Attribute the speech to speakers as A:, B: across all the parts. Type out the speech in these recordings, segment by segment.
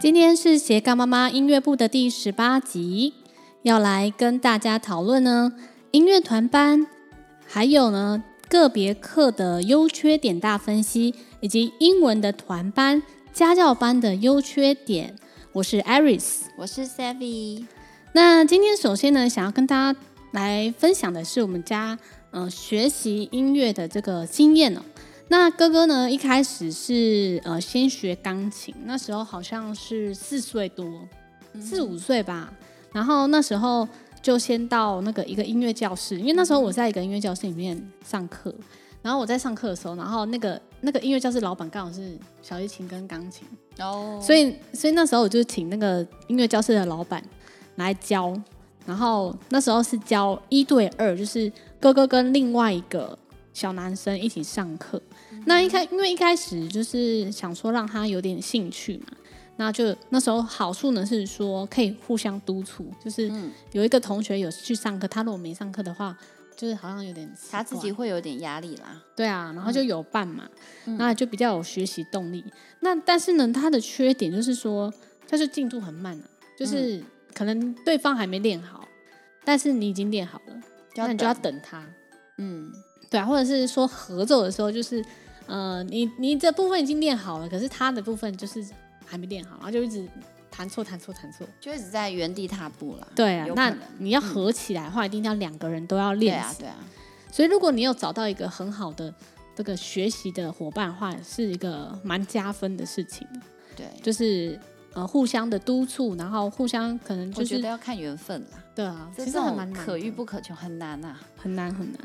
A: 今天是斜杠妈妈音乐部的第十八集，要来跟大家讨论呢音乐团班，还有呢个别课的优缺点大分析，以及英文的团班、家教班的优缺点。我是 Iris，
B: 我是 Savvy。
A: 那今天首先呢，想要跟大家来分享的是我们家呃学习音乐的这个经验哦。那哥哥呢，一开始是呃先学钢琴，那时候好像是四岁多，四五岁吧。然后那时候就先到那个一个音乐教室，因为那时候我在一个音乐教室里面上课。然后我在上课的时候，然后那个那个音乐教室老板刚好是小提琴跟钢琴，
B: 哦，
A: 所以，所以那时候我就请那个音乐教室的老板来教，然后那时候是教一对二，就是哥哥跟另外一个小男生一起上课。
B: 嗯
A: 那一开，因为一开始就是想说让他有点兴趣嘛，那就那时候好处呢是说可以互相督促，就是
B: 嗯
A: 有一个同学有去上课，他如果没上课的话，就是好像有点奇
B: 他自
A: 怪
B: 己会有点压力啦。
A: 对啊，然后
B: 嗯
A: 就有伴嘛，那就比较有学习动力。那但是呢，它的缺点就是说，就是进度很慢啊，
B: 嗯
A: 就是可能对方还没练好，但是你已经练好了，
B: 就要
A: 那你就要等他。
B: 嗯，
A: 对啊，或者是说合奏的时候，就是呃，你你这部分已经练好了，可是他的部分就是还没练好，然后就一直弹错弹错弹错。
B: 就一直在原地踏步啦。
A: 对啊
B: 有，可
A: 那
B: 能嗯
A: 你要合起来的话，一定要两个人都要
B: 对
A: 练
B: 啊
A: 习，
B: 对啊，
A: 所以如果你有找到一个很好的这个学习的伙伴的话，是一个蛮加分的事情，
B: 对，
A: 就是呃互相的督促，然后互相可能
B: 我
A: 就
B: 觉
A: 是
B: 得要看缘分啦。
A: 对啊，
B: 这
A: 其
B: 这
A: 实还蛮
B: 种
A: 难的
B: 可遇不可求，很难啊。
A: 很难很难。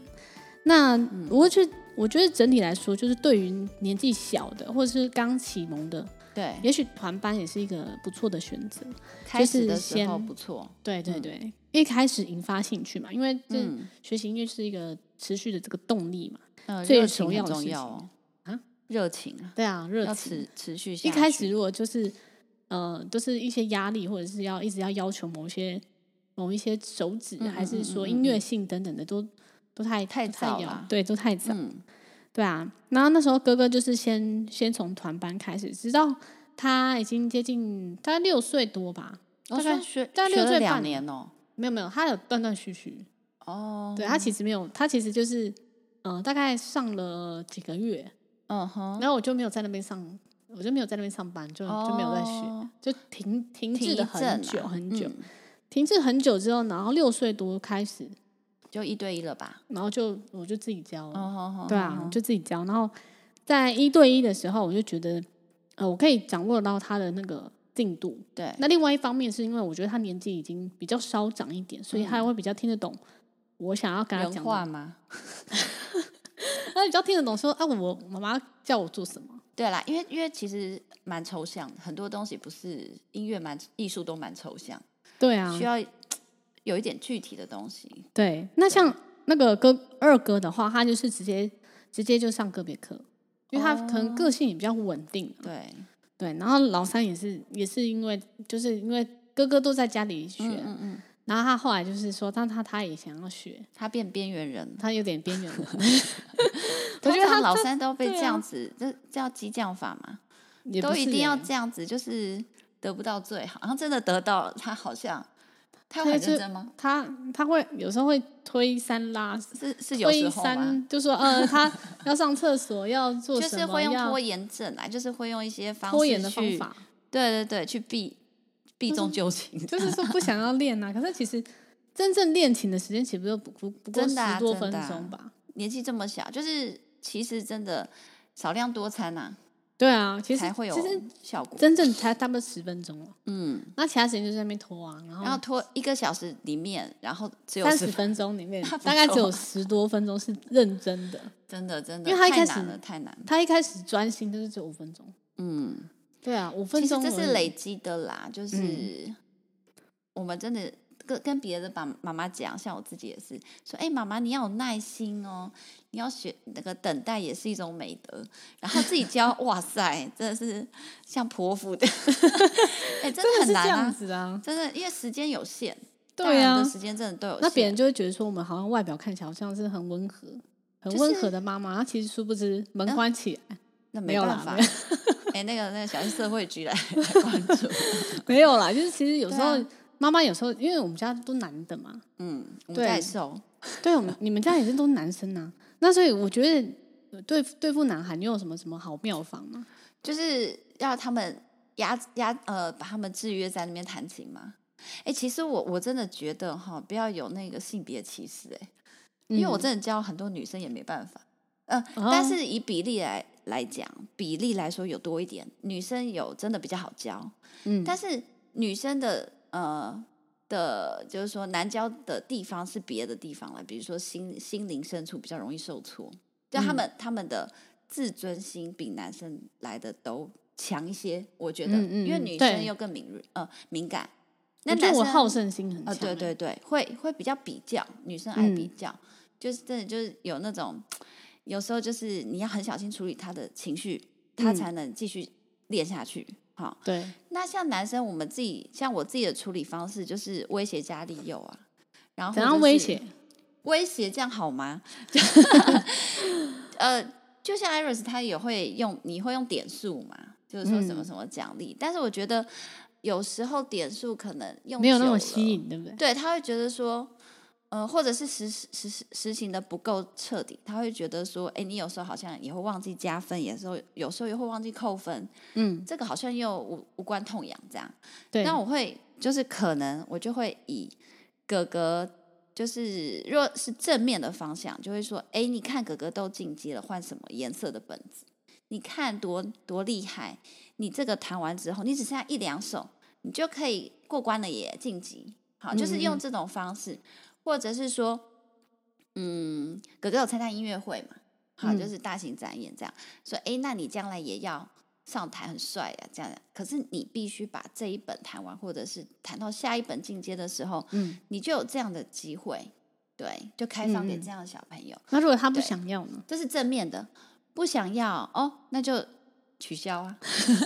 A: 那我觉得我觉得整体来说，就是对于年纪小的或者是刚启蒙的，
B: 对，嗯
A: 也许团班也是一个不错的选择。
B: 开始的时
A: 先
B: 候不错。
A: 对对对，一开始引发兴趣嘛，因为这
B: 嗯，
A: 学习音乐是一个持续的这个动力嘛。
B: 呃
A: 最
B: 热情
A: 首要
B: 很
A: 的
B: 重
A: 事
B: 要哦。
A: 啊，
B: 热情啊，
A: 对啊，热
B: 要
A: 情
B: 持持续下
A: 一开
B: 去
A: 始如果就是呃，都是一些压力，或者是要一直要要求某一些某一些手指，
B: 嗯嗯
A: 还是
B: 嗯
A: 说
B: 嗯
A: 音乐性等等的，都都太
B: 太
A: 都太
B: 早
A: 遥
B: 了
A: 对，都太早，
B: 嗯，
A: 对啊。然后那时候哥哥就是先先从团班开始，直到他已经接近大概六岁多吧，
B: 我
A: 大概
B: 算学
A: 大概
B: 学
A: 六
B: 了
A: 岁
B: 两
A: 半
B: 年哦。
A: 没有没有，他有断断续续，
B: 哦，
A: 对他其实没有，他其实就是嗯、呃大概上了几个月，
B: 嗯哼，
A: 然后我就没有在那边上，我就没有在那边上班，就嗯就没有在学，
B: 哦，
A: 就停停
B: 停
A: 滞
B: 一
A: 的
B: 阵
A: 很
B: 啊
A: 久很久。
B: 嗯
A: 停滞很久之后，然后六岁多开始，
B: 就一对一了吧？
A: 然后就我就自己教了，
B: 哦，好好
A: 对啊，我就自己教。然后在一对一的时候，我就觉得，呃，我可以掌握到他的那个进度。
B: 对，
A: 那另外一方面是因为我觉得他年纪已经比较稍长一点，所以他会比较听得懂我想要跟他
B: 嗯人
A: 讲
B: 话
A: 的，
B: 吗？
A: 他比较听得懂说啊，我我妈妈叫我做什么。
B: 对啦，因为因为其实蛮抽象，很多东西不是音乐蛮艺术都蛮抽象，
A: 对啊
B: 需，要有一点具体的东西。
A: 对。那像那个哥二哥的话，他就是直接直接就上个别课，因为他可
B: 哦
A: 能个性也比较稳定。
B: 对，
A: 对，然后老三也是也是因为就是因为哥哥都在家里学，
B: 嗯嗯嗯，
A: 然后他后来就是说，但他他也想要学，
B: 他变边缘 人。，
A: 他有点边缘人我觉得
B: 通常
A: 他
B: 老
A: 他
B: 三都被
A: 啊对
B: 这
A: 啊
B: 样子，这叫激将法嘛，
A: 也不
B: 都一
A: 是
B: 定要
A: 欸
B: 这样子，就是得不到最好。然后真的得到了，他好像他
A: 他
B: 很
A: 就
B: 认真吗？
A: 他他会有时候会推三拉四，
B: 是是有时
A: 推
B: 候吗？
A: 三就说呃他要上厕所要做
B: 就
A: 什么，
B: 是会用
A: 要
B: 拖延症啊，就是会用一些方式
A: 拖延的方
B: 去
A: 法，
B: 对对对，去避避重就轻，
A: 就是说不想要练啊。可 是其实真正练琴的时间其实就不不不过
B: 真
A: 十
B: 的啊
A: 多
B: 真
A: 分
B: 的啊
A: 钟吧。
B: 年纪这么小，就是其实真的少量多餐呐、
A: 对啊，其
B: 啊，
A: 实
B: 才会有
A: 其实
B: 效果。
A: 真正才差不多十分钟了，
B: 嗯，
A: 那其他时间就在那边拖啊，然
B: 然后
A: 后
B: 拖一个小时里面，然后只有
A: 三
B: 10
A: 十分钟 里面
B: 那不
A: 大概只有
B: 错
A: 十多分钟是认真的，
B: 真的真的，
A: 因为他一
B: 太
A: 开
B: 难
A: 始
B: 了，太难了。
A: 他一开始专心就是只有五分钟，
B: 嗯，
A: 对啊，五分
B: 其实
A: 钟
B: 这
A: 而
B: 是
A: 已嗯
B: 累积的啦，就是、我们真的。跟跟别的爸妈妈讲，像我自己也是说，哎、妈妈你要有耐心哦，你要学那个等待也是一种美德。然后自己 教，哇塞，真的是像泼妇的， 哎、真的
A: 真的
B: 很
A: 是这
B: 难
A: 样
B: 啊，
A: 子啊，
B: 真的，因为时间有限，大
A: 对
B: 人
A: 啊
B: 的，时间真的都有限。
A: 那别人就会觉得说我们好像外表看起来好像是很温和。很
B: 就
A: 温
B: 是
A: 和的妈妈，她其实殊不知门
B: 嗯
A: 关起来，
B: 那
A: 没
B: 没
A: 有
B: 办
A: 啦
B: 法，
A: 没有
B: 哎、那个那个小社会局来来关注，
A: 没有啦，就是其实有时候、
B: 对啊
A: 妈妈有时候，因为我们家都男的嘛，
B: 嗯，我们
A: 对
B: 在售，
A: 对我们你们家也是都是男生呐、那所以我觉得呃对对付男孩，你有什么什么好妙方吗？
B: 就是要他们压压呃，把他们制约在那边弹琴嘛。哎、其实我我真的觉得哈，不要有那个性别歧视、哎，因为我
A: 嗯
B: 真的教很多女生也没办法，呃，
A: 哦
B: 但是以比例来来讲，比例来说有多一点，女生有真的比较好教，
A: 嗯，
B: 但是女生的呃的，就是说难教的地方是别的地方了，比如说心心灵深处比较容易受挫，就
A: 嗯
B: 他们、他们的自尊心比男生来的都强一些，我觉得，
A: 嗯嗯
B: 因为
A: 嗯
B: 女生
A: 对
B: 又更敏锐呃敏感，那
A: 我觉
B: 男
A: 得我
B: 生
A: 好胜心很强、
B: 啊，对
A: 欸
B: 对对，会会比较比较，女生爱比
A: 嗯
B: 较，就是真的就是有那种，有时候就是你要很小心处理她的情绪，她
A: 嗯
B: 才能继续练下去。好，
A: 对，
B: 那像男生，我们自己像我自己的处理方式就是威胁加利诱啊，然后
A: 怎
B: 或
A: 样
B: 者
A: 威
B: 是
A: 胁？
B: 威胁这样 好吗？呃，就像 Iris 他也会用，你会用点数嘛？就是说什么
A: 嗯
B: 什么奖励，但是我觉得有时候点数可能用
A: 没有那
B: 久
A: 么
B: 了
A: 吸引，对不对？
B: 对，他会觉得说，呃，或者是实施实施实行的不够彻底，他会觉得说，哎，你有时候好像也会忘记加分，有时候有时候又会忘记扣分，
A: 嗯，
B: 这个好像又无无关痛痒这样。
A: 对。
B: 那我会就是可能我就会以哥哥。就是若是正面的方向，就会说：哎，你看哥哥都进阶了，换什么颜色的本子？你看多多厉害！你这个弹完之后，你只剩下一两首，你就可以过关了耶，晋级。好，就
A: 嗯
B: 是
A: 嗯
B: 用
A: 嗯
B: 这种方式，或者是说，嗯，哥哥有参加音乐会嘛？好，就
A: 嗯
B: 是大型展演这样。说，哎，那你将来也要上台，很帅呀、这样。可是你必须把这一本弹完，或者是弹到下一本进阶的时候，
A: 嗯，
B: 你就有这样的机会，对，就开放给
A: 嗯嗯
B: 这样的小朋友，
A: 那如果他不
B: 对
A: 想要呢？
B: 这是正面的。不想要哦，那就取消啊。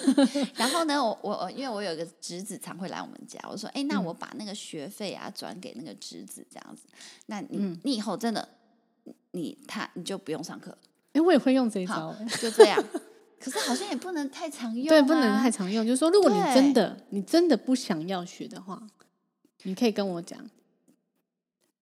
B: 然后呢，我我我因为我有一个侄子常会来我们家，我说，哎，那
A: 嗯
B: 我把那个学费啊转给那个侄子这样子，那你、
A: 嗯
B: 你以后真的你他你就不用上课，
A: 哎，我也会用这一招
B: 好啊
A: 欸，
B: 就这样。 可是好像也不能太常用、啊，
A: 对，不能太常用。就是说，如果你真
B: 对
A: 的你真的不想要学的话，你可以跟我讲。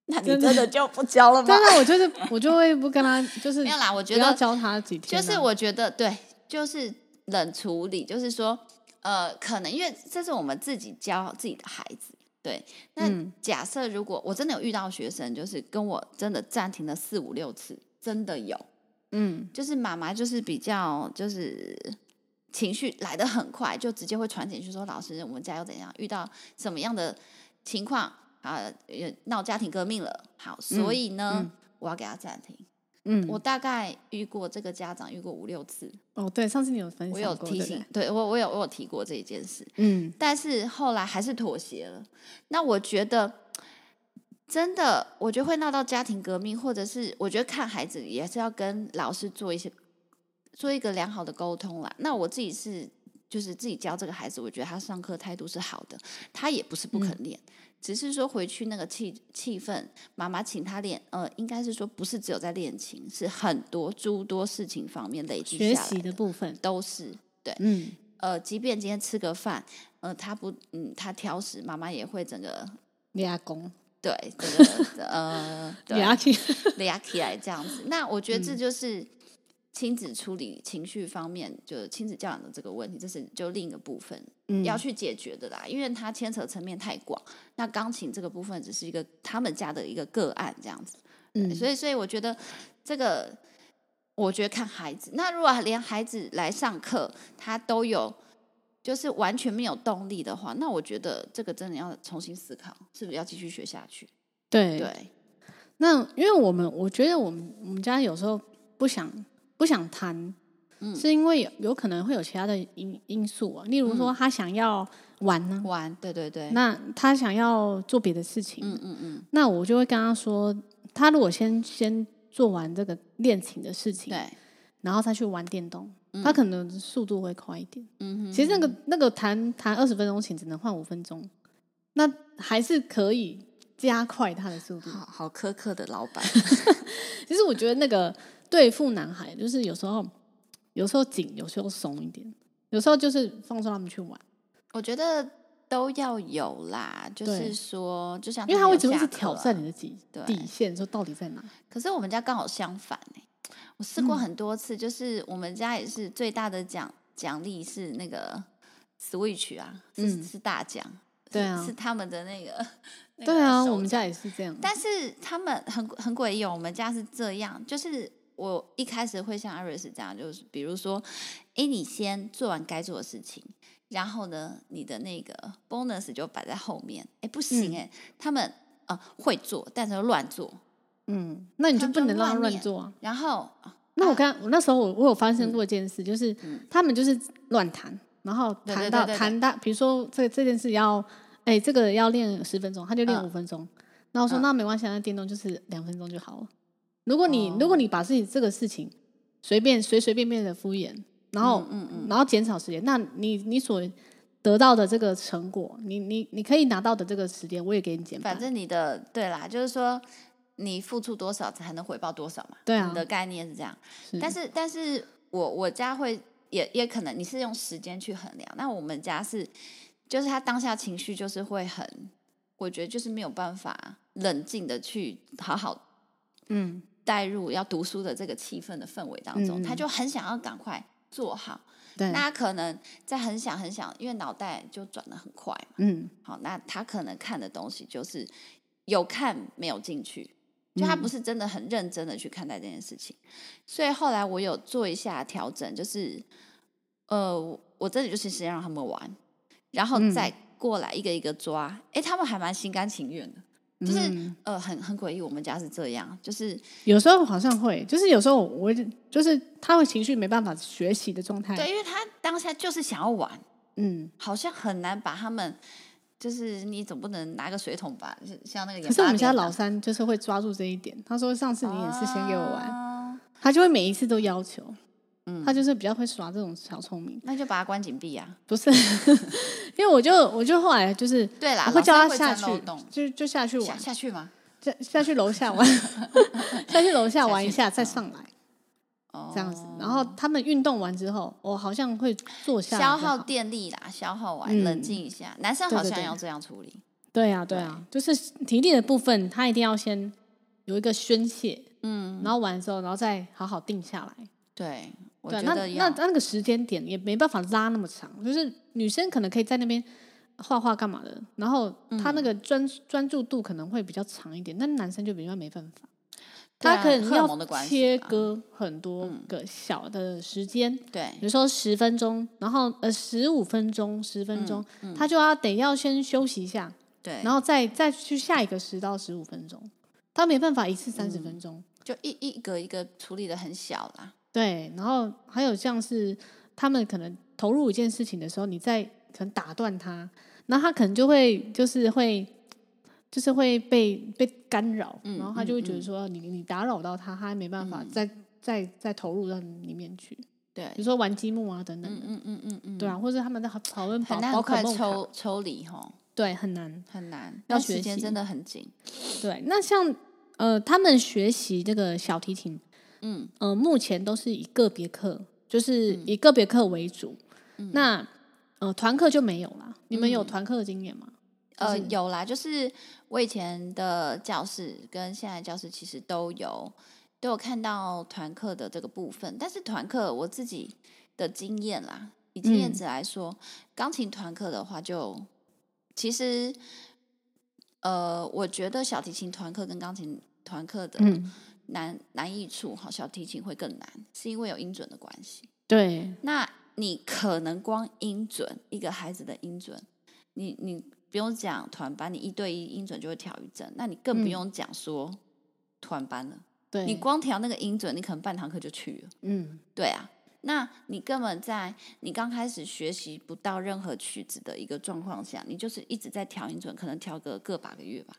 B: 那你
A: 真
B: 真
A: 的
B: 的就不教 了吗
A: 但？是我就是我就会不跟他，就是
B: 没有啦，我
A: 不
B: 觉
A: 要
B: 得
A: 教他几天
B: 就
A: 啊。
B: 是我觉得对，就是冷处理，就是说，呃，可能因为这是我们自己教自己的孩子。对，那
A: 嗯
B: 假设如果我真的有遇到学生，就是跟我真的暂停了四五六次，真的有，
A: 嗯
B: 就是妈妈就是比较就是情绪来的很快，就直接会传简讯说老师，我们家又怎样，遇到什么样的情况啊，也闹家庭革命了。好，所
A: 嗯
B: 以呢，
A: 嗯
B: 我要给他暂停。
A: 嗯，
B: 我大概遇过这个家长遇过五六次，
A: 哦对，上次你有分
B: 我有
A: 享过，
B: 提
A: 对不
B: 醒
A: 对，
B: 对我我有我有提过这一件事，
A: 嗯
B: 但是后来还是妥协了。那我觉得。真的，我觉得会闹到家庭革命，或者是我觉得看孩子也是要跟老师做一些做一个良好的沟通啦。那我自己是就是自己教这个孩子，我觉得他上课态度是好的，他也不是不肯
A: 嗯
B: 练，只是说回去那个气气氛，妈妈请他练，呃，应该是说不是只有在练琴，是很多诸多事情方面累积
A: 学
B: 下
A: 习
B: 来
A: 的部分，
B: 都是对。
A: 嗯
B: 呃，即便今天吃个饭，呃，他不，嗯，他挑食，妈妈也会整个
A: 练功，
B: 对整个呃，对
A: 练起，
B: 俩起来这样子。那我觉得这就是亲子处理情绪方面，就是亲子教养的这个问题，这是就另一个部分、
A: 嗯
B: 要去解决的啦，因为它牵扯层面太广。那钢琴这个部分只是一个他们家的一个个案这样子，
A: 嗯，
B: 所以所以我觉得这个，我觉得看孩子。那如果连孩子来上课他都有。就是完全没有动力的话，那我觉得这个真的要重新思考，是不是要继续学下去？
A: 对
B: 对，
A: 那因为我们我觉得我们我们家有时候不想不想谈，
B: 嗯
A: 是因为有有可能会有其他的因因素啊，例如说他想要玩呢、
B: 玩，对对嗯对，
A: 那他想要做别的事情，
B: 嗯嗯嗯，
A: 那我就会跟他说，他如果先先做完这个练琴的事情，
B: 对，
A: 然后再去玩电动，他可能速度会快一点。
B: 嗯哼，
A: 其实那个那个弹弹二十分钟琴只能换五分钟，那还是可以加快他的速度。
B: 好好苛刻的老 板，
A: 其实我觉得那个对付男孩，就是有时候有时候紧，有时候松一点。有时候就是放松他们去玩，
B: 我觉得都要有啦，就
A: 对
B: 是说，就像
A: 因为他
B: 们
A: 会
B: 有
A: 只会
B: 下
A: 是
B: 课
A: 挑
B: 啊
A: 战你的底
B: 对
A: 底线，说到底在哪？
B: 可是我们家刚好相反哎、我试过
A: 嗯
B: 很多次，就是我们家也是最大的奖奖励是那个 Switch 啊，是、
A: 嗯
B: 是大奖，是
A: 对啊
B: 是他们的 那个。那
A: 对
B: 个
A: 啊，
B: 手
A: 我们
B: 奖
A: 家也是这样。
B: 但是他们很很诡异哦，我们家是这样，就是我一开始会像 Iris 这样，就是比如说，诶，你先做完该做的事情，然后呢，你的那个 bonus 就摆在后面。诶，不行诶，他们呃会做，但是又乱做，
A: 嗯，那你就
B: 他们
A: 不
B: 就
A: 能让他
B: 乱
A: 乱
B: 念
A: 做啊。
B: 然后啊嗯
A: 那我刚我那时候我我有发生过一件事，就是他们就是乱弹，然后
B: 对
A: 弹
B: 对
A: 到
B: 对对
A: 弹到，比如说这这件事要，哎，这个要练十分钟，他就练
B: 嗯
A: 五分钟，然后我说
B: 嗯
A: 那没关系啊，那电动就是两分钟就好了。如果你如
B: 哦
A: 果你把自己这个事情随便随随便便的敷衍，然后
B: 嗯嗯嗯
A: 然后减少时间，那你你所得到的这个成果，你你你可以拿到的这个时间，我也给你减半
B: 反。正你的对啦，就是说你付出多少才能回报多少嘛。
A: 对
B: 你
A: 啊，
B: 的概念是这样，但
A: 是
B: 是但是我我家会也也可能你是用时间去衡量，那我们家是就是他当下情绪就是会很，我觉得就是没有办法冷静的去好好
A: 嗯
B: 带入要读书的这个气氛的氛围当中，
A: 嗯
B: 他
A: 嗯嗯
B: 就很想要赶快做好，
A: 对
B: 那他可能在很想很想，因为脑袋就转的很快嘛。
A: 嗯
B: 好，那他可能看的东西就是有看没有进去，就他
A: 嗯
B: 不是真的很认真的去看待这件事情。所以后来我有做一下调整，就是呃，我我真的就是先让他们玩，然后
A: 嗯
B: 再过来一个一个抓。诶，他们还蛮心甘情愿的，就是、
A: 嗯
B: 呃，很很诡异。我们家是这样，就是
A: 有时候好像会，就是有时候我就是他会情绪没办法学习的状态。
B: 对，因为他当下就是想要玩，
A: 嗯，
B: 好像很难把他们。就是你总不能拿个水桶吧，就像那个。
A: 可是我们
B: 啊
A: 家老三就是会抓住这一点，他说上次你也是先给我玩，
B: 哦
A: 他就会每一次都要求，
B: 嗯
A: 他就是比较会耍这种小聪明，
B: 那就把它关紧闭啊。
A: 不是？ 因为我就我就后来就是
B: 对啦，
A: 我会
B: 老
A: 叫他
B: 三会
A: 下
B: 钻漏
A: 去
B: 洞，
A: 就就下去
B: 下
A: 玩，
B: 下去吗？
A: 下下去楼下玩， 下去楼下玩一下
B: 下去嗯
A: 再上来
B: 哦，
A: 这样子，然后他们运动完之后，我好像会坐下来
B: 消
A: 就
B: 耗
A: 好
B: 电力啦，消耗完、
A: 嗯
B: 冷静一下。男生
A: 对
B: 好
A: 对
B: 像
A: 对
B: 要这样处理，
A: 对啊，对啊，就是体力的部分，他一定要先有一个宣泄，
B: 嗯，
A: 然后完之后，然后再好好定下来。
B: 对，我
A: 对啊，
B: 觉
A: 那
B: 得
A: 那
B: 要
A: 那个时间点也没办法拉那么长，就是女生可能可以在那边画画干嘛的，然后她那个
B: 嗯
A: 专、专注度可能会比较长一点，但男生就比较没办法，
B: 对啊
A: 他可能
B: 荷尔蒙的
A: 要
B: 关
A: 切
B: 系吧
A: 割很多个小的时间，比
B: 对，
A: 如说十分钟，然后呃十五分钟、十分钟，
B: 嗯
A: 他就要得要先休息一下，
B: 对，
A: 然后再再去下一个十到十五分钟，他没办法一次
B: 嗯
A: 三十分钟。
B: 就一一个一个处理的很小啦。
A: 对，然后还有像是他们可能投入一件事情的时候，你再可能打断他，那他可能就会就是会就是会被被干扰，
B: 嗯
A: 然后他就会
B: 嗯
A: 觉得说你你打扰到他，他还没办法
B: 嗯
A: 再、再再投入到里面去，
B: 对，
A: 比如说玩积木啊等等
B: 嗯
A: 的。
B: 嗯嗯嗯嗯，
A: 对啊，或者他们在讨论宝
B: 很难
A: 宝
B: 很
A: 可
B: 快
A: 梦卡，
B: 抽抽离吼，
A: 对，很难。
B: 很难，
A: 要
B: 那
A: 学
B: 时间
A: 习
B: 真的很紧。
A: 对，那像呃，他们学习这个小提琴，
B: 嗯，
A: 呃，目前都是以个别课，就是以个别课为主。
B: 嗯
A: 那呃，团课就没有啦。你们有团课的经验吗？
B: 呃，
A: 嗯
B: 有啦，就是我以前的教室跟现在的教室其实都有都有看到团课的这个部分，但是团课我自己的经验啦，以经验
A: 嗯
B: 值来说，钢琴团课的话就，其实呃，我觉得小提琴团课跟钢琴团课的
A: 嗯，
B: 难、难易处，好，小提琴会更难，是因为有音准的关系。
A: 对，
B: 那你可能光音准，一个孩子的音准，你你不用讲团班，你一对一音准就会调一整，那你更不
A: 嗯
B: 用讲说团班了，
A: 对，
B: 你光调那个音准，你可能半堂课就去了。
A: 嗯，
B: 对啊，那你根本在你刚开始学习不到任何曲子的一个状况下，你就是一直在调音准，可能调个个把个月吧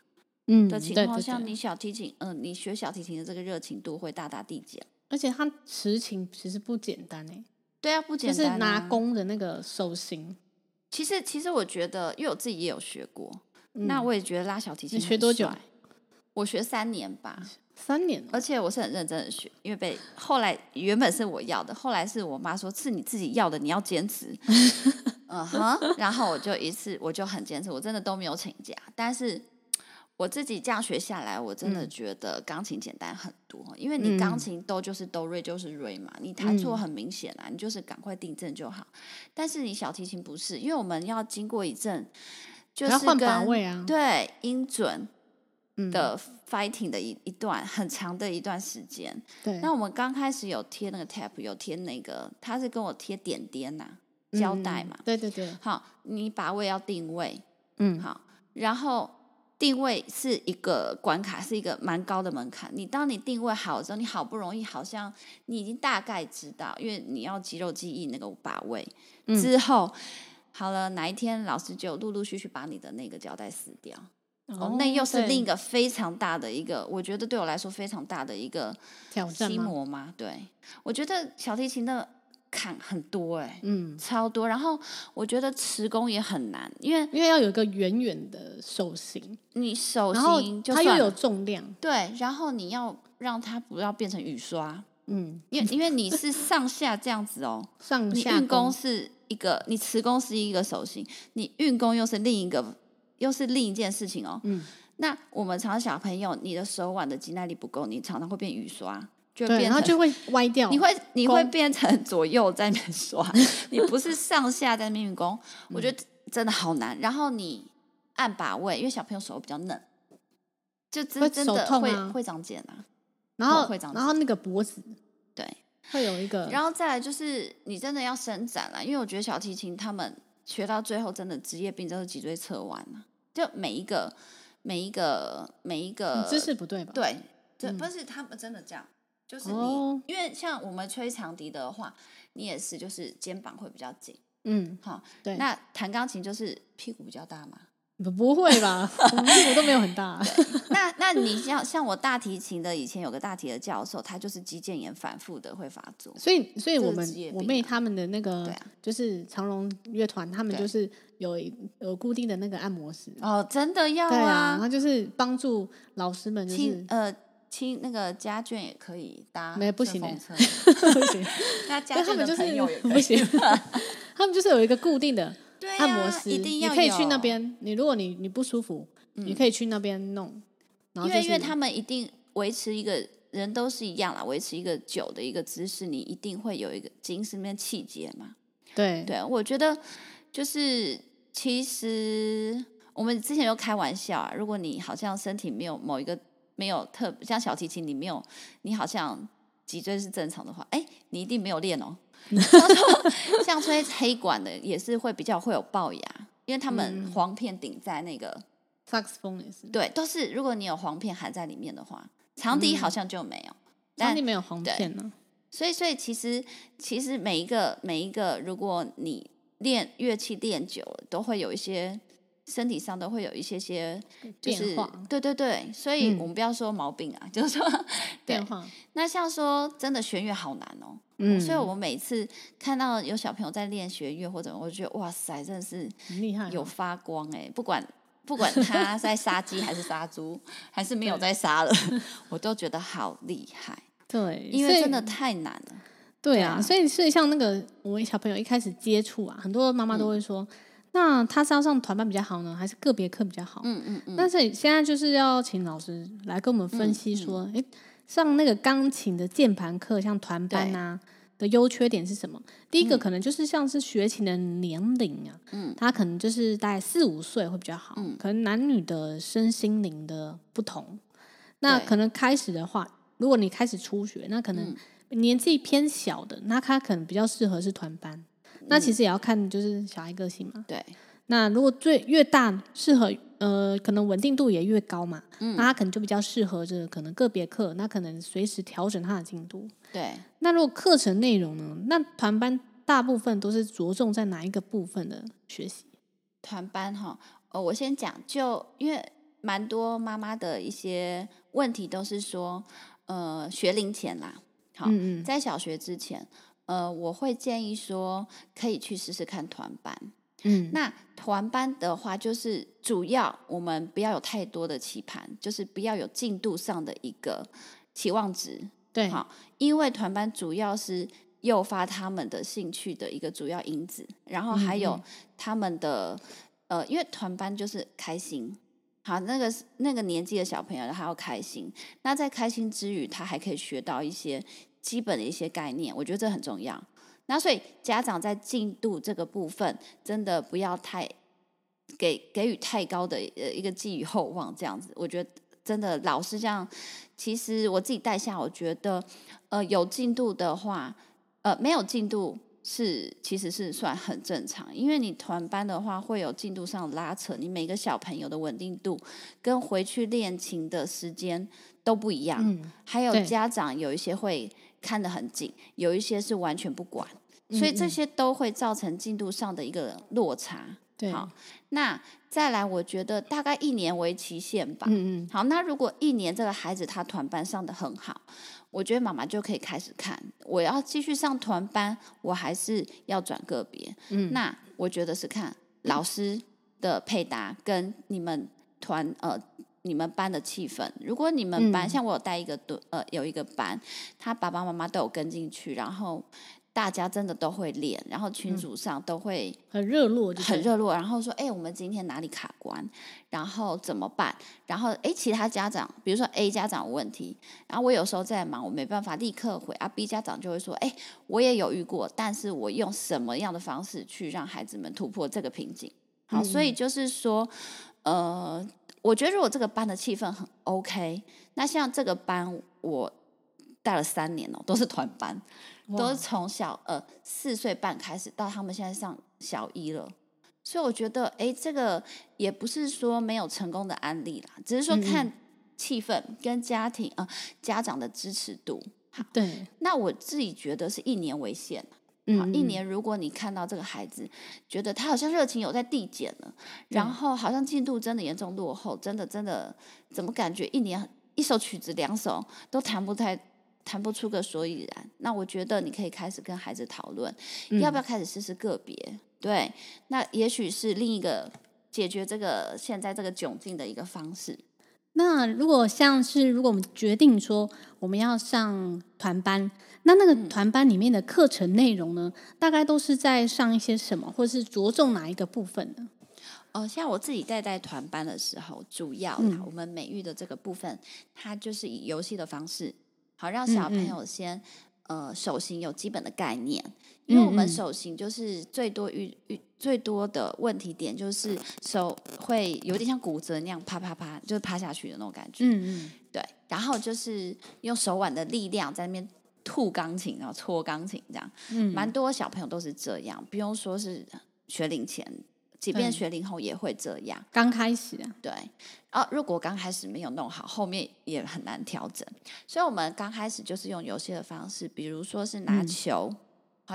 A: 嗯
B: 的
A: 对
B: 情况
A: 对
B: 下，
A: 对
B: 你小提琴，嗯、你学小提琴的这个热情度会大大递减。
A: 而且他持琴其实不简单哎、
B: 对啊，不简
A: 就是
B: 单、啊，
A: 拿弓的那个手型。
B: 其实，其实我觉得，因为我自己也有学过，那我也觉得拉小提
A: 嗯
B: 琴
A: 你
B: 很
A: 学多久
B: 帅？我学三年吧，
A: 三年哦，
B: 而且我是很认真的学，因为被后来原本是我要的，后来是我妈说是你自己要的，你要 坚持。嗯哼，然后我就一次我就很坚持，我真的都没有请假。但是我自己这样学下来，我真的
A: 嗯
B: 觉得钢琴简单很多，因为你钢琴都就是哆瑞就是瑞嘛，你弹
A: 嗯
B: 错很明显啊啦，你就是赶快订正就好。但是你小提琴不是，因为我们要经过一阵，就
A: 还要
B: 是
A: 换把
B: 跟
A: 位啊，
B: 对音准
A: 嗯
B: 的 fighting 的一一段很长的一段时间。
A: 对，
B: 那我们刚开始有贴那个 tap，有贴那个，他是跟我贴点点呐、胶带
A: 嗯
B: 嘛。
A: 对对对，
B: 好，你把位要定位，
A: 嗯，
B: 好，然后定位是一个关卡，是一个蛮高的门槛。你当你定位好之后，你好不容易好像你已经大概知道，因为你要肌肉记忆那个把位、
A: 嗯
B: 之后。好了，哪一天老师就陆陆续续把你的那个胶带撕掉，哦，那又是
A: 对
B: 另一个非常大的一个，我觉得对我来说非常大的一个
A: 挑战
B: 心
A: 吗？
B: 魔吗？对，我觉得小提琴的坎很多哎、
A: 嗯，
B: 超多。然后我觉得持弓也很难，因为
A: 因为要有一个远远的手型，
B: 你手
A: 然后
B: 型就
A: 它又
B: 算
A: 有
B: 了，
A: 重量，
B: 对，然后你要让它不要变成雨刷，
A: 嗯，
B: 因为 因为你是上下这样子哦，
A: 上嗯
B: 你
A: 下
B: 运弓是一个，你持弓是一个手型，你运弓又是另一个，又是另一件事情哦。
A: 嗯，
B: 那我们常常小朋友，你的手腕的肌耐力不够，你常常会变雨刷，就会
A: 对，
B: 变
A: 然后
B: 成
A: 就会歪掉，
B: 你会你会
A: 弓
B: 变成左右在那边刷，你不是上下在那边 运弓，
A: 嗯
B: 我觉得真的好难。然后你按把位，因为小朋友手比较嫩，就
A: 会
B: 真真
A: 手
B: 的
A: 痛
B: 会、
A: 啊
B: 会长茧啊。
A: 然后
B: 会长
A: 然后那个脖子
B: 对，
A: 会有一个，
B: 然后再来就是你真的要伸展了，因为我觉得小提琴他们学到最后真的职业病就是脊椎侧弯啊，就每一个每一个每一个
A: 你嗯姿势不对吧？
B: 对，这
A: 嗯
B: 不是他们真的这样，就是你，
A: 哦
B: 因为像我们吹长笛的话，你也是就是肩膀会比较紧，
A: 嗯，
B: 哈，
A: 对
B: 那弹钢琴就是屁股比较大嘛。
A: 不不会 吧？我们屁股都没有很大，
B: 那那你像像我大提琴的，以前有个大提的教授，他就是肌腱炎反复的会发 作。
A: 所以所以
B: 这
A: 我
B: 是
A: 们
B: 职业
A: 我
B: 病
A: 妹
B: 啊
A: 他们的那个
B: 对啊
A: 就是长隆乐团，他们
B: 对啊
A: 就是有一有固定的那个按摩师，
B: 哦，真的要
A: 对啊，然
B: 啊，
A: 后就是帮助老师们就
B: 亲
A: 是。
B: 呃亲那个家眷也可以搭
A: 没不
B: 顺
A: 行
B: 风
A: 欸
B: 车，
A: 不行，
B: 那 家
A: 但 他
B: 眷
A: 们就
B: 的
A: 是
B: 朋友也可
A: 不
B: 以，
A: 行， 他们就是有一个固定的
B: 对
A: 按摩
B: 啊
A: 师，
B: 一定
A: 你
B: 要
A: 可以去那
B: 有嗯
A: 边。你如果你你不舒服，你可以去那边弄。然后
B: 因
A: 就
B: 为
A: 是
B: 因为他们一定维持一个人都是一样啦，维持一个久的一个姿势，你一定会有一个精神面气节嘛。
A: 对
B: 对，我觉得就是其实我们之前有开玩笑啊，如果你好像身体没有某一个没有特像小提琴，你没有你好像脊椎是正常的话，哎，你一定没有练哦。像说像吹黑管的也是会比较会有龅牙，因为他们簧片顶在那个。
A: 萨克斯风也是，
B: 对，都是如果你有簧片含在里面的话，长笛好像就没有。
A: 当
B: 但
A: 地没有啊黄
B: 对
A: 片呢。
B: 所以，所以其实其实每一个每一个，如果你练乐器练久了，都会有一些身体上都会有一些些就
A: 变
B: 是
A: 化
B: 对对对，所以
A: 嗯
B: 我们不要说毛病啊， 就是说对
A: 变。化，
B: 那像说真的弦乐好难哦，
A: 嗯，
B: 所以我每次看到有小朋友在练弦乐或者我就觉得哇塞，真的是
A: 很厉害哦，
B: 有发光哎、不管不管他在杀鸡还是杀猪，还是没有在杀了， 我都觉得好厉害，
A: 对，
B: 因
A: 所
B: 为
A: 以
B: 真的太难了。
A: 对
B: 对
A: 啊，
B: 啊
A: 所以所以像那个我小朋友一开始接触啊，很多妈妈都会说，那他是要上团班比较好呢，还是个别课比较好？
B: 嗯嗯嗯，
A: 但是现在就是要请老师来跟我们分析说，
B: 嗯
A: 诶，上那个钢琴的键盘课，像团班啊的优缺点是什么？第一
B: 嗯
A: 个可能就是像是学琴的年龄啊，嗯，他可能就是大概四五岁会比较好，
B: 嗯
A: 可能男女的身心灵的不同，那
B: 对嗯
A: 可能开始的话，如果你开始初学，那可能年纪偏小的，那他可能比较适合是团班。那
B: 嗯
A: 其实也要看就是小孩个性嘛，
B: 对，
A: 那如果最越大适合呃，可能稳定度也越高嘛，
B: 嗯
A: 那他可能就比较适合这个可能个别课，那可能随时调整他的进度。
B: 对，
A: 那如果课程内容呢？那团班大部分都是着重在哪一个部分的学习？
B: 团班哈，呃，我先讲，就因为蛮多妈妈的一些问题都是说，呃，学龄前啦，好，
A: 嗯嗯
B: 在小学之前，呃，我会建议说可以去试试看团班。
A: 嗯，
B: 那团班的话，就是主要我们不要有太多的期盼，就是不要有进度上的一个期望值。
A: 对，
B: 好，因为团班主要是诱发他们的兴趣的一个主要因子，然后还有他们的、呃，因为团班就是开心。好，那个那个年纪的小朋友他要开心，那在开心之余，他还可以学到一些基本的一些概念，我觉得这很重要。那所以家长在进度这个部分，真的不要太给给予太高的呃一个寄予厚望，这样子，我觉得真的老师这样，其实我自己带下，我觉得呃有进度的话，呃没有进度是其实是算很正常，因为你团班的话会有进度上的拉扯，你每个小朋友的稳定度跟回去练琴的时间都不一样，
A: 嗯，
B: 还有
A: 对
B: 家长有一些会看得很紧，有一些是完全不管，所以
A: 嗯
B: 这
A: 嗯
B: 些都会造成进度上的一个落差。
A: 对，
B: 好那再来，我觉得大概一年为期限吧。
A: 嗯嗯，
B: 好，那如果一年这个孩子他团班上的很好，我觉得妈妈就可以开始看，我要继续上团班，我还是要转个别。
A: 嗯
B: 那我觉得是看老师的配搭跟你们团呃你们班的气氛。如果你们班、
A: 嗯
B: 像我有带一个队呃有一个班，他爸爸妈妈都有跟进去，然后大家真的都会练，然后
A: 嗯
B: 群组上都会。
A: 很热络，就
B: 很
A: 对，
B: 热络，然后说，哎、我们今天哪里卡关，然后怎么办？然后，哎、其他家长，比如说 A 家长有问题，然后我有时候在忙，我没办法立刻回啊。B 家长就会说，哎、我也有遇过，但是我用什么样的方式去让孩子们突破这个瓶颈？好，所
A: 嗯
B: 以就是说，呃，我觉得如果这个班的气氛很 OK，那像这个班我带了三年哦，都是团班，都
A: 哇
B: 是从小呃四岁半开始到他们现在上小一了。所以我觉得，哎，这个也不是说没有成功的案例啦，只是说
A: 嗯嗯
B: 看气氛跟家庭啊、呃家长的支持度。
A: 对，
B: 那我自己觉得是一年为限，好，
A: 嗯，
B: 一
A: 嗯，
B: 年如果你看到这个孩子，觉得他好像热情有在递减了，然
A: 对
B: 后好像进度真的严重落后，真的真的怎么感觉一年一首曲子两首都弹不太弹不出个所以然？那我觉得你可以开始跟孩子讨论，要不
A: 嗯
B: 要开始试试个别？对，那也许是另一个解决这个现在这个窘境的一个方式。
A: 那如果像是如果我们决定说我们要上团班，那那个
B: 嗯
A: 团班里面的课程内容呢，大概都是在上一些什么，或是着重哪一个部分呢？
B: 哦，像我自己在带团班的时候，主要啦、
A: 嗯
B: 我们美育的这个部分，它就是以游戏的方式，好让
A: 嗯
B: 小朋
A: 嗯
B: 友先、呃手型有基本的概念，因为我
A: 嗯
B: 们
A: 嗯
B: 手型就是最多遇遇最多的问题点就是手会有点像骨折那样啪啪啪，就是趴下去的那种感觉。
A: 嗯
B: 对，然后就是用手腕的力量在那边吐钢琴，然后搓钢琴这样，
A: 嗯
B: 蛮多小朋友都是这样，不用说是学龄前，即便
A: 对
B: 学龄后也会这样。
A: 刚开始啊，
B: 对，啊，如果刚开始没有弄好，后面也很难调整。所以我们刚开始就是用游戏的方式，比如说是拿
A: 嗯
B: 球，好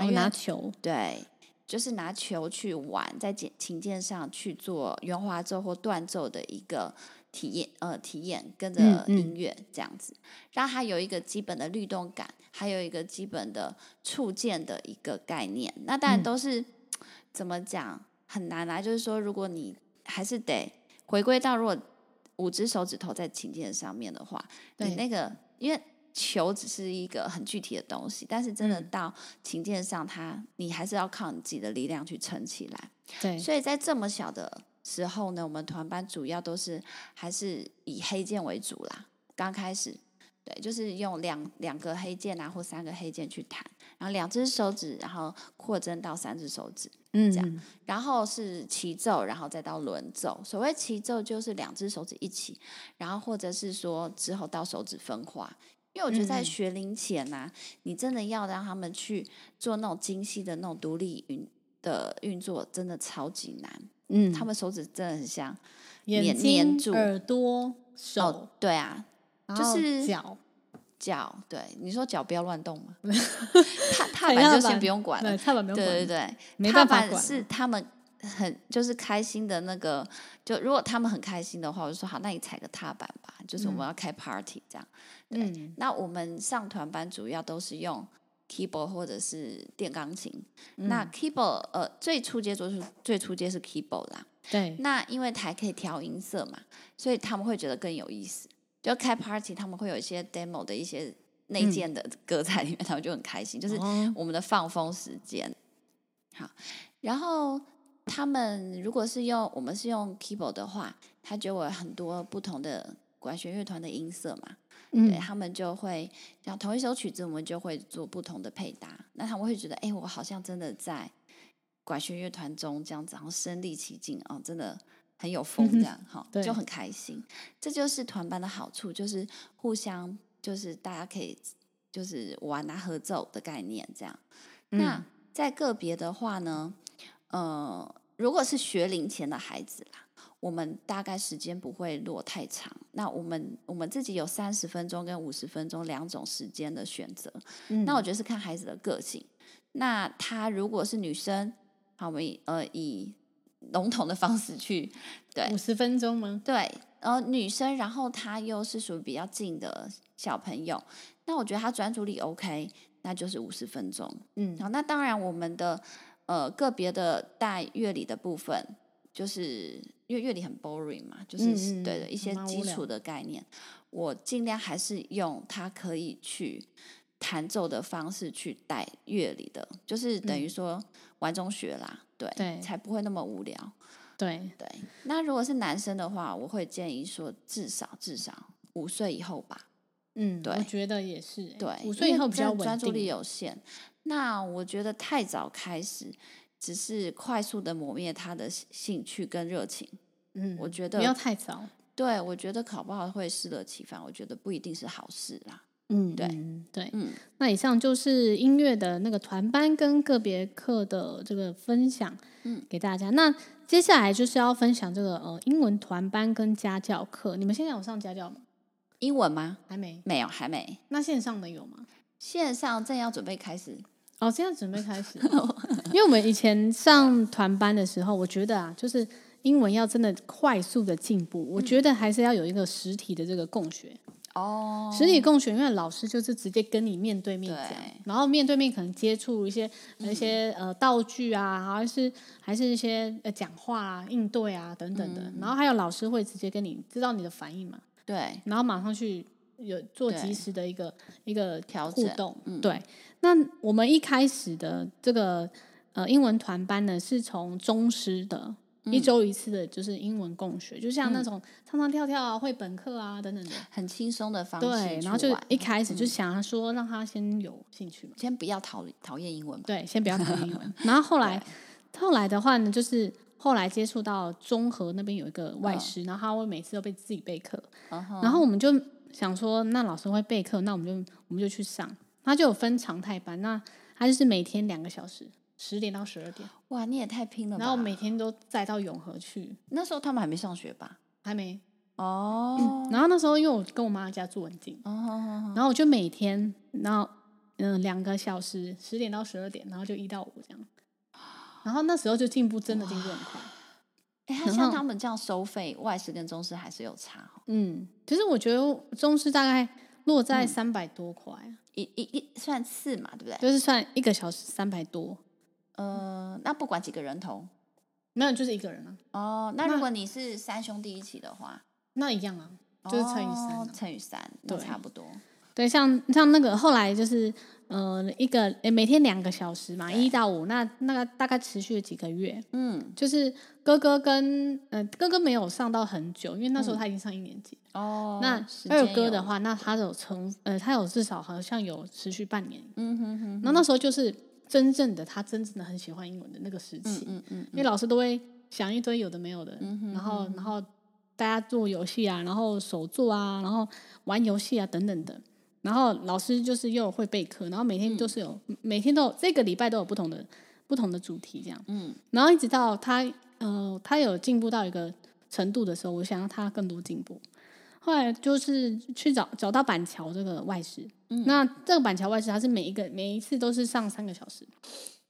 A: 然后
B: 哦因为
A: 拿球，
B: 对，就是拿球去玩，在琴琴键上去做圆滑奏或断奏的一个体验，呃，体验跟着
A: 嗯
B: 音乐这样子，让它有一个基本的律动感，还有一个基本的触键的一个概念。那当然
A: 嗯
B: 都是、怎么讲很难啦，就是说如果你还是得回归到如果五只手指头在琴键上面的话，你
A: 对
B: 那个因为球只是一个很具体的东西，但是真的
A: 嗯
B: 到琴键上它，你还是要靠你自己的力量去撑起来。
A: 对，
B: 所以在这么小的时候呢，我们团班主要都是还是以黑键为主啦，刚开始。对，就是用两两个黑键啊，或三个黑键去弹，然后两只手指，然后扩增到三只手指，
A: 嗯
B: 这样然后是齐奏，然后再到轮奏。所谓齐奏，就是两只手指一起，然后或者是说之后到手指分化。因为我觉得在
A: 嗯
B: 学龄前呐、你真的要让他们去做那种精细的那种独立运的运作，真的超级难。
A: 嗯，
B: 他们手指真的很像
A: 眼
B: 黏
A: 睛、
B: 黏住
A: 耳朵、手
B: 哦，，对啊，
A: 然
B: 就
A: 后
B: 是
A: 脚，
B: 脚。对，你说脚不要乱动 嘛， 踏踏
A: 踩
B: 板就
A: 踏
B: 先
A: 板
B: 不用管了
A: 对，。踏板没有
B: 对对
A: 管，
B: 对，
A: 没
B: 踏
A: 办法
B: 板
A: 管，
B: 是他们很就是开心的那个，就如果他们很开心的话，我就说好，那你踩个踏板吧，就是我们要开 party 这样。
A: 嗯
B: 那我们上团班主要都是用 keyboard 或者是电钢琴。那
A: 嗯
B: keyboard 呃最初阶就是最初阶是 keyboard 啦，
A: 对，
B: 那因为台可以调音色嘛，所以他们会觉得更有意思。就开 party，他们会有一些 demo 的一些内建的歌在里面，他们就很开心，嗯就是
A: 嗯哦
B: 我们的放风时间。好，然后他们如果是用我们是用 keyboard 的话，它就有很多不同的管弦乐团的音色嘛，对
A: 嗯，
B: 他们就会像同一首曲子，我们就会做不同的配搭，那他们会觉得，哎、我好像真的在管弦乐团中这样子，然后身临其境哦，真的很有风这样，哈、
A: 嗯对
B: 就很开心。这就是团班的好处，就是互相，就是大家可以就是玩啊合奏的概念这样。那在个别的话呢，呃，如果是学龄前的孩子啦，我们大概时间不会落太长。那我们我们自己有三十分钟跟五十分钟两种时间的选择。
A: 嗯
B: 那我觉得是看孩子的个性。那她如果是女生，好，我们以呃以笼统的方式去对
A: 五十分钟吗？
B: 对，呃，女生，然后她又是属于比较近的小朋友，那我觉得她专注力 OK，那就是五十分钟。
A: 嗯
B: 好，那当然我们的呃个别的带乐理的部分，就是因为乐理很 boring 嘛，就是、
A: 嗯嗯
B: 对的一些
A: 蛮无
B: 基
A: 聊
B: 础的概念，我尽量还是用它可以去弹奏的方式去带乐理的，就是等于说玩中学啦，对，
A: 嗯对
B: 才不会那么无聊。
A: 对，
B: 对，那如果是男生的话，我会建议说至少至少五岁以后吧。
A: 嗯，
B: 对
A: 我觉得也是、欸，
B: 对，
A: 五
B: 因
A: 岁以
B: 为
A: 后比
B: 真
A: 较
B: 的
A: 稳定，
B: 专注力有限。那我觉得太早开始，只是快速的磨灭他的兴兴趣跟热情。
A: 嗯，
B: 我觉
A: 不要
B: 得，
A: 太早，
B: 对我觉得考不好会适得其反，我觉得不一定是好事啦。
A: 嗯，
B: 对
A: 嗯对，
B: 嗯，
A: 那以上就是音乐的那个团班跟个别课的这个分享，
B: 嗯，
A: 给大家。那接下来就是要分享这个呃英文团班跟家教课。你们现在有上家教吗？
B: 英文吗？
A: 还没。
B: 没有，还没。
A: 那线上的有吗？
B: 线上正要准备开始，
A: 哦，现在准备开始了，因为我们以前上团班的时候，我觉得啊，就是英文要真的快速的进步，我觉得还是要有一个实体的这个共学。
B: 哦，
A: 实体共学，因为老师就是直接跟你面对面讲
B: 对，嗯
A: 然后面对面可能接触一些一些、呃道具啊，还是还是一些呃讲话啊、应对啊等等
B: 嗯
A: 的，然后还有老师会直接跟你知道你的反应嘛，
B: 对，
A: 然后马上去有做
B: 对
A: 及时的一个一个
B: 调
A: 互
B: 整
A: 动。
B: 嗯
A: 对，那我们一开始的这个呃英文团班呢，是从中师的。
B: 嗯
A: 一周一次的，就是英文共学，就像那种唱唱跳跳啊、绘本课啊等等的。
B: 很轻松的方式
A: 对，然后
B: 去
A: 就
B: 玩嗯
A: 一开始就想要说让他先有兴趣嘛，
B: 先不要讨讨厌英文吧。
A: 对，先不要考英文。然后后来，后来的话呢，就是后来接触到综合那边有一个外师，然后他会每次都被自己备课，
B: 嗯哼
A: 然后我们就想说，那老师会备课，那我们就我们就去上，他就有分常态班，那他就是每天两个小时，十点到十二点，
B: 哇，你也太拼了吧！
A: 然后每天都载到永和去，
B: 那时候他们还没上学吧？
A: 还没。
B: 哦，
A: 然后那时候因为我跟我妈家住很近，
B: 哦哦哦
A: 然后我就每天，然后嗯，两个小时，十点到十二点，然后就一到五这样。然后那时候就进步，真的进步很快。
B: 哎、他
A: 然
B: 像
A: 后
B: 他们这样收费，外师跟中师还是有差哦、
A: 嗯，其实我觉得中师大概落在
B: 嗯
A: 三百多块啊，
B: 一一一算次嘛，对不对？
A: 就是算一个小时三百多，
B: 呃，那不管几个人头
A: 没有就是一个人啊，
B: 哦，那如
A: 那
B: 果你是三兄弟一起的话，
A: 那一样啊，就是乘以三、啊。
B: 哦乘以三，那
A: 对
B: 差不多。
A: 对，像像那个后来就是呃一个诶每天两个小时嘛，一到五，那那个大概持续了几个月。
B: 嗯，
A: 就是哥哥跟呃哥哥没有上到很久，因为那时候
B: 嗯
A: 他已经上一年级。
B: 哦，
A: 那
B: 时
A: 二
B: 间
A: 哥
B: 有
A: 的，话，那他有成呃，他有至少好像有持续半年。
B: 嗯哼哼，
A: 然后那时候就是真正的他真正的很喜欢英文的那个时期，
B: 嗯嗯，
A: 因为老师都会想一堆有的没有的，
B: 嗯哼
A: 然后然后大家做游戏啊，然后手做啊，然后玩游戏啊等等的。然后老师就是又会备课，然后每
B: 嗯
A: 天都是有、每天都有这个礼拜都有不同的不同的主题这样。
B: 嗯，
A: 然后一直到他呃他有进步到一个程度的时候，我想要他更多进步。后来就是去找找到板桥这个外事，
B: 嗯
A: 那这个板桥外事，它是每一个每一次都是上三个小时，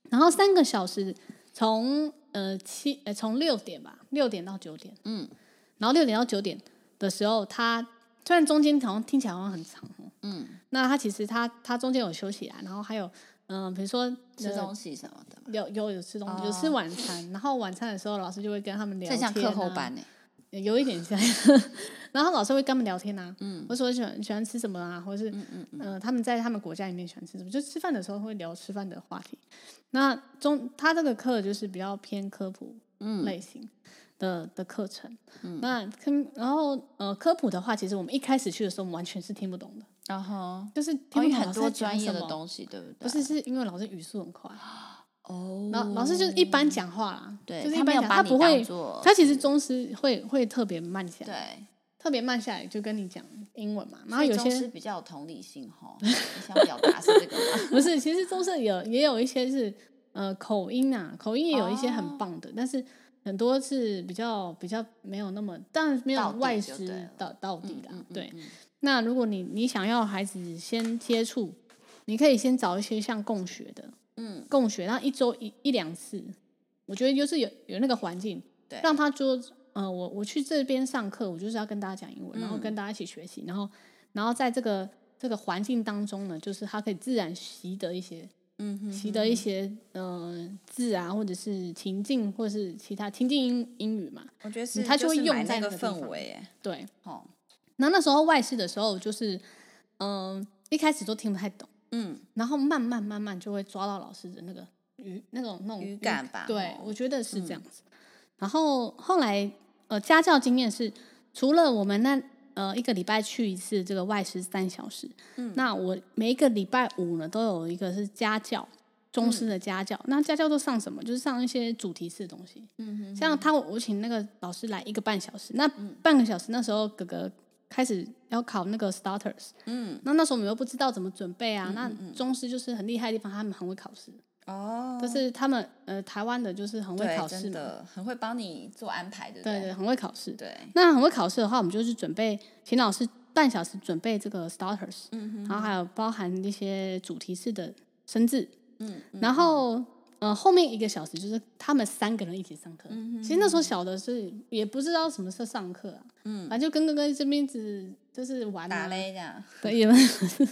A: 然后三个小时从呃七呃从六点吧，六点到九点，
B: 嗯，
A: 然后六点到九点的时候，他虽然中间好像听起来好像很长哦，
B: 嗯，
A: 那他其实他他中间有休息啊，然后还有嗯、呃比如说
B: 吃
A: 呃
B: 东西什么的嘛，哦
A: 有有有吃东西，有吃晚餐，然后晚餐的时候老师就会跟他们聊
B: 这
A: 天、啊，
B: 像课后班呢、
A: 嗯有一点像。 然后老师会跟他们聊天啊，嗯，我说喜欢喜欢吃什么啊，或者是嗯嗯呃他们在他们国家里面喜欢吃什么，就吃饭的时候会聊吃饭的话题。那中他这个课就是比较偏科普
B: 嗯
A: 类型的、的课程。那跟然后呃科普的话，其实我们一开始去的时候，我们完全是听不懂的，
B: 然后
A: 就是听
B: 哦因为
A: 不懂
B: 很
A: 老师
B: 多
A: 在讲
B: 专业
A: 什
B: 的
A: 么。
B: 东西，对不对？
A: 不是，是因为老师语速很快，
B: 哦，
A: 老老师就是一般讲话啦，
B: 对
A: 就是
B: 他
A: 一
B: 没
A: 般
B: 有
A: 讲，
B: 把
A: 他
B: 你
A: 不
B: 当
A: 会，
B: 作
A: 他其实中师会会特别慢下来，
B: 对，
A: 特别慢下来就跟你讲英文嘛，然
B: 所
A: 后
B: 以
A: 有
B: 宗
A: 些
B: 师比较有同理心哈，你想表达是这 个吗？
A: 不是，其实中式有也有一些是呃口音啊，口音也有一些很棒
B: 哦
A: 的，但是很多是比较比较没有那么，当然没有
B: 到底
A: 外
B: 就对
A: 师
B: 了
A: 到到底啦，
B: 嗯
A: 对。那如果你你想要孩子先接触，你可以先找一些像共学的，
B: 嗯，
A: 共学，然后一周一一两次，我觉得就是有有那个环境，
B: 对
A: 让他就呃，我我去这边上课，我就是要跟大家讲英
B: 嗯
A: 文，然后跟大家一起学习，然后然后在这个这个环境当中呢，就是他可以自然习得一些
B: 嗯哼，
A: 习得一些呃字啊，或者是情境，或者是其他情境英英语嘛，
B: 我觉得
A: 是嗯他就会
B: 是
A: 用
B: 买
A: 在
B: 那
A: 那
B: 个
A: 个地
B: 氛
A: 方
B: 围，哎，
A: 对，
B: 哦，
A: 然后那时候外事的时候，就是嗯、一开始都听不太懂，
B: 嗯，
A: 然后慢慢慢慢就会抓到老师的那个语那种那种
B: 语感吧
A: 对
B: 哦，
A: 嗯我觉得是这样子。然后后来呃，家教经验是除了我们那呃一个礼拜去一次这个外师三小时，嗯，那我每一个礼拜五呢都有一个是家教。中师的家教，那家教都上什么？就是上一些主题式的东西。嗯哼嗯像他，我请那个老师来一个半小时，那半个小时那时候哥哥开始要考那个 starters，
B: 嗯，
A: 那那时候我们又不知道怎么准备啊。那中师就是很厉害的地方，他们很会考试，
B: 哦，
A: 就是他们呃台湾的就是很会
B: 对
A: 考，试
B: 真
A: 嘛，
B: 的很会帮你做安排，对不
A: 对
B: 对
A: 对，很会考试。
B: 对，
A: 那很会考试的话，我们就是准备请老师半小时准备这个 starters，、然
B: 嗯
A: 后还有包含一些主题式的生字，
B: 嗯
A: 然后呃后面一个小时就是他们三个人一起上课。
B: 嗯
A: 其实那时候小的是也不知道什么是上课啊，嗯，反正就跟哥哥这边子就是玩
B: 打
A: 啊，
B: 嘞这样，
A: 对，也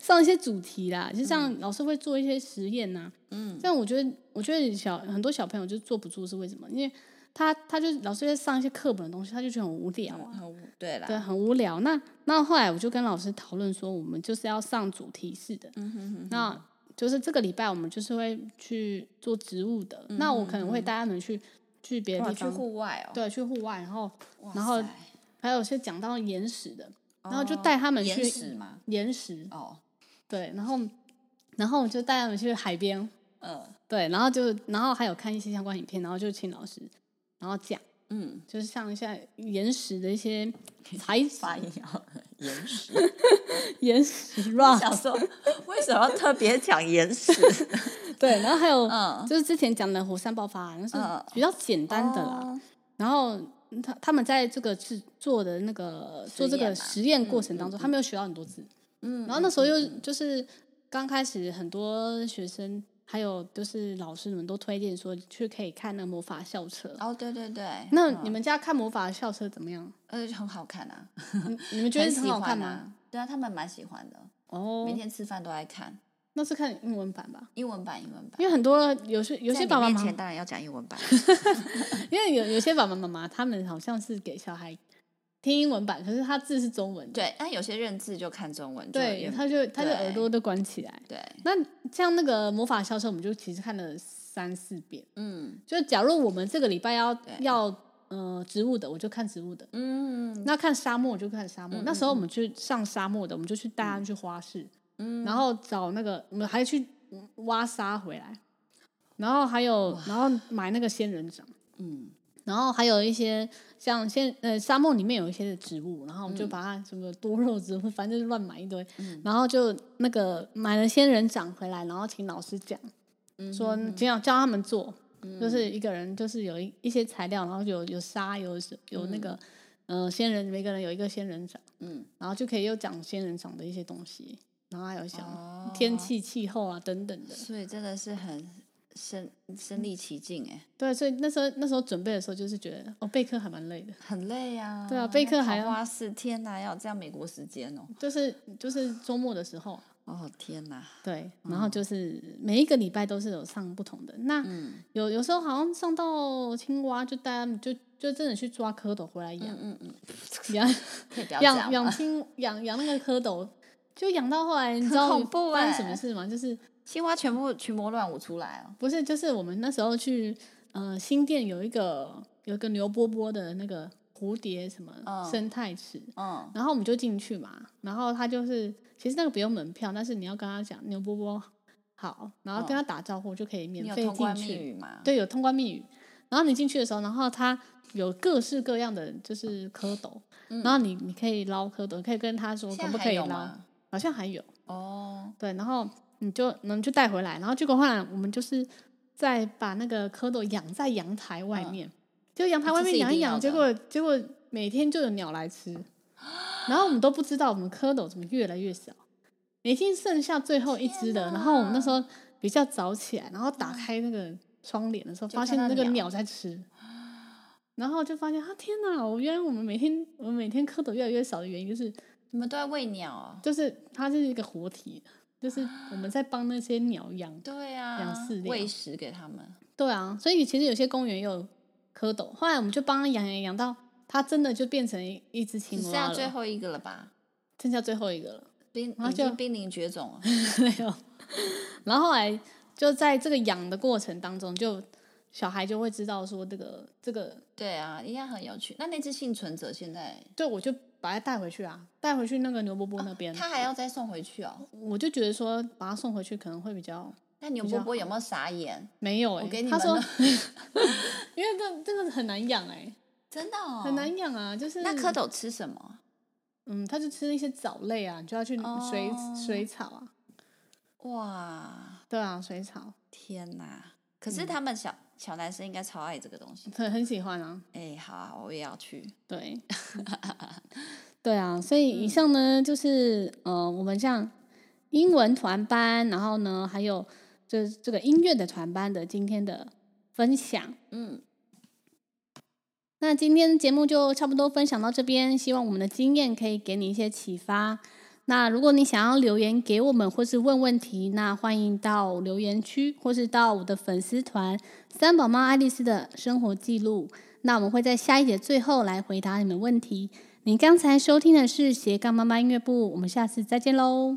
A: 上一些主题啦，就
B: 嗯
A: 像老师会做一些实验呐、嗯，但我觉得，我觉得小很多小朋友就坐不住是为什么？因为他他就老师在上一些课本的东西，他就觉得很无聊啊，
B: 很无对啦，
A: 对，很无聊。那那后来我就跟老师讨论说，我们就是要上主题式的，
B: 嗯哼哼，
A: 那就是这个礼拜我们就是会去做植物的，
B: 嗯
A: 那我可能会带他们去去别的
B: 哇，
A: 地
B: 去
A: 方，
B: 户外哦，
A: 对，去户外，然后
B: 哇
A: 然后
B: 塞
A: 还有些讲到岩石的，然后就
B: 哦
A: 带他们
B: 岩
A: 去
B: 石嘛，
A: 岩石，
B: 哦，
A: 对，然后然后我就带他们去海边，
B: 呃，
A: 对，然后就然后还有看一些相关影片，然后就请老师然后讲，
B: 嗯，
A: 就是像一下岩石的一些 材质，
B: 发音 要岩石，
A: 岩 石 rock，
B: 想说为什么要特别讲 岩石？
A: 对，然后还有、
B: 嗯
A: 就是之前讲的火山爆发，啊那是
B: 嗯
A: 比较简单的啦。
B: 哦
A: 然后他他们在这个制作的那个做这个
B: 实啊嗯
A: 实验过程当中，他们又学到很多字。嗯，然后那时候又就是刚开始很多学生。还有就是老师们都推荐说去可以看那魔法校车，
B: 哦，对对对，
A: 那
B: 嗯
A: 你们家看魔法校车怎么样？
B: 呃很好看啊，
A: 你你们觉
B: 很
A: 得
B: 喜
A: 很好看
B: 欢
A: 吗？
B: 啊？对啊，他们蛮喜欢的，每
A: 哦，
B: 天吃饭都爱看
A: 那是看英文版吧，
B: 英文版，英文版。
A: 因为很多有些有
B: 在
A: 些
B: 你
A: 爸爸
B: 面
A: 妈
B: 前
A: 妈，
B: 当然要讲英文 版，
A: 因为有有些爸爸妈妈他们好像是给小孩听英文版，可是他字是中文的，
B: 对，但有些认字就看中文，就
A: 对，
B: 也
A: 他就他就
B: 对
A: 耳朵都关起来。
B: 对，
A: 那像那个魔法校车，我们就其实看了三四遍。
B: 嗯
A: 就假如我们这个礼拜要
B: 对
A: 要呃植物的，我就看植物的；
B: 嗯
A: 那看沙漠我就看沙漠。那时候我们去上沙漠的，我们就去带
B: 嗯
A: 他们去花市，然后找那个我们还去挖沙回来，然后还有然后买那个仙人掌。
B: 嗯，
A: 然后还有一些像现呃沙漠里面有一些的植物，然后我
B: 嗯
A: 们就把它什么多肉植物，反正就是乱买一堆，然后就那个买了仙人掌回来，然后请老师讲，
B: 嗯
A: 说这样教他们做，就是一个人就是有一一些材料，然后有有沙有有那个、呃仙人，每个人有一个仙人掌，
B: 嗯，
A: 然后就可以又讲仙人掌的一些东西，然后还有讲
B: 哦
A: 天气气候啊等等的，
B: 所以真的是很身身临其境哎，
A: 对，所以那时候那时候准备的时候就是觉得哦备课还蛮累的。
B: 很累啊。
A: 对啊备课还要
B: 要花四天呐，要有这样美国时间哦。
A: 就是就是周末的时候，
B: 哦天呐，
A: 对，
B: 嗯
A: 然后就是每一个
B: 嗯
A: 礼拜都是有上不同的。那有有时候好像上到青蛙，就带他们就就真的去抓蝌蚪回来养，
B: 嗯嗯 嗯，
A: 养
B: 可以不要
A: 养
B: 讲
A: 养
B: 吗？
A: 青养养那个蝌蚪，就养到后来，你知
B: 很
A: 道
B: 恐怖
A: 发生
B: 欸
A: 什么事吗？就是
B: 青蛙全部群魔乱舞出来哦，
A: 不是就是我们那时候去呃新店有一个有一个牛波波的那个蝴蝶什么
B: 嗯
A: 生态池，
B: 嗯，
A: 然后我们就进去嘛，然后他就是其实那个不用门票，但是你要跟他讲牛波波好，然后跟他打招呼就可以免
B: 哦你有
A: 费
B: 通
A: 进
B: 关密
A: 去，
B: 语吗？
A: 对，有通关密语。然后你进去的时候，然后他有各式各样的就是蝌蚪，
B: 嗯
A: 然后你你可以捞蝌蚪，可以跟他说
B: 现
A: 可
B: 在
A: 不
B: 还
A: 可以
B: 有
A: 捞，
B: 吗？
A: 好像还有
B: 哦，
A: 对，然后你就你就带回来，然后结果后来我们就是再把那个蝌蚪养在阳台外
B: 嗯
A: 面，就阳台
B: 这
A: 外
B: 是
A: 面
B: 一
A: 养
B: 定
A: 养，
B: 要
A: 结果结果每天就有鸟来 吃，然后我们都不知道我们蝌蚪怎么越来越少，已经剩下最后一只了。
B: 天
A: 然后我们那
B: 哪嗯
A: 时候比较早起来，然后打开那个窗帘的时候，
B: 就
A: 发
B: 看
A: 现
B: 到
A: 那个
B: 鸟
A: 鸟在吃。然后就发现啊，天哪！我原来我们每天我们每天蝌蚪越来越少的原因，就是
B: 你们都在喂鸟哦？
A: 就是它是一个活体，就是我们在帮那些鸟养。
B: 对啊
A: 养饲，料
B: 喂食给他们，
A: 对啊，所以其实有些公园也有蝌蚪，后来我们就帮它养养养到它真的就变成一一只
B: 只
A: 青
B: 剩
A: 蛙
B: 下
A: 了，
B: 最后一个了吧？
A: 剩下最后一个了，
B: 濒
A: 然后
B: 已
A: 就
B: 经濒临绝种了，
A: 没有。然后后来就在这个养的过程当中，就小孩就会知道说这个这个，
B: 对啊，应该很有趣。那那只幸存者现在，
A: 对我就把它带回去啊，带回去那个牛伯伯那边，
B: 他还要再送回去哦？
A: 我就觉得说把它送回去可能会比较
B: 那牛
A: 比较
B: 伯伯有没有傻眼？
A: 没有哎、
B: 我给你
A: 他
B: 们
A: 说
B: 了，
A: 因为这这个很难养哎、
B: 真的哦，
A: 很难养啊，就是
B: 那蝌蚪吃什么？
A: 嗯，它就吃一些藻类啊，你就要去水、
B: 哦
A: 水草啊。
B: 哇，
A: 对啊，水草，
B: 天哪！
A: 嗯
B: 可是他们小、小男生应该超爱这个东西。
A: 很很喜欢啊。
B: 哎、好啊、我也要去。
A: 对，对啊，所以以上呢，就是呃，我们像英文团班，然后呢，还有就是这个音乐的团班的今天的分享。
B: 嗯，
A: 那今天节目就差不多分享到这边，希望我们的经验可以给你一些启发。那如果你想要留言给我们或是问问题，那欢迎到留言区或是到我的粉丝团“三宝妈爱丽丝”的生活记录。那我们会在下一节最后来回答你们问题。你刚才收听的是斜杠妈妈音乐部，我们下次再见喽。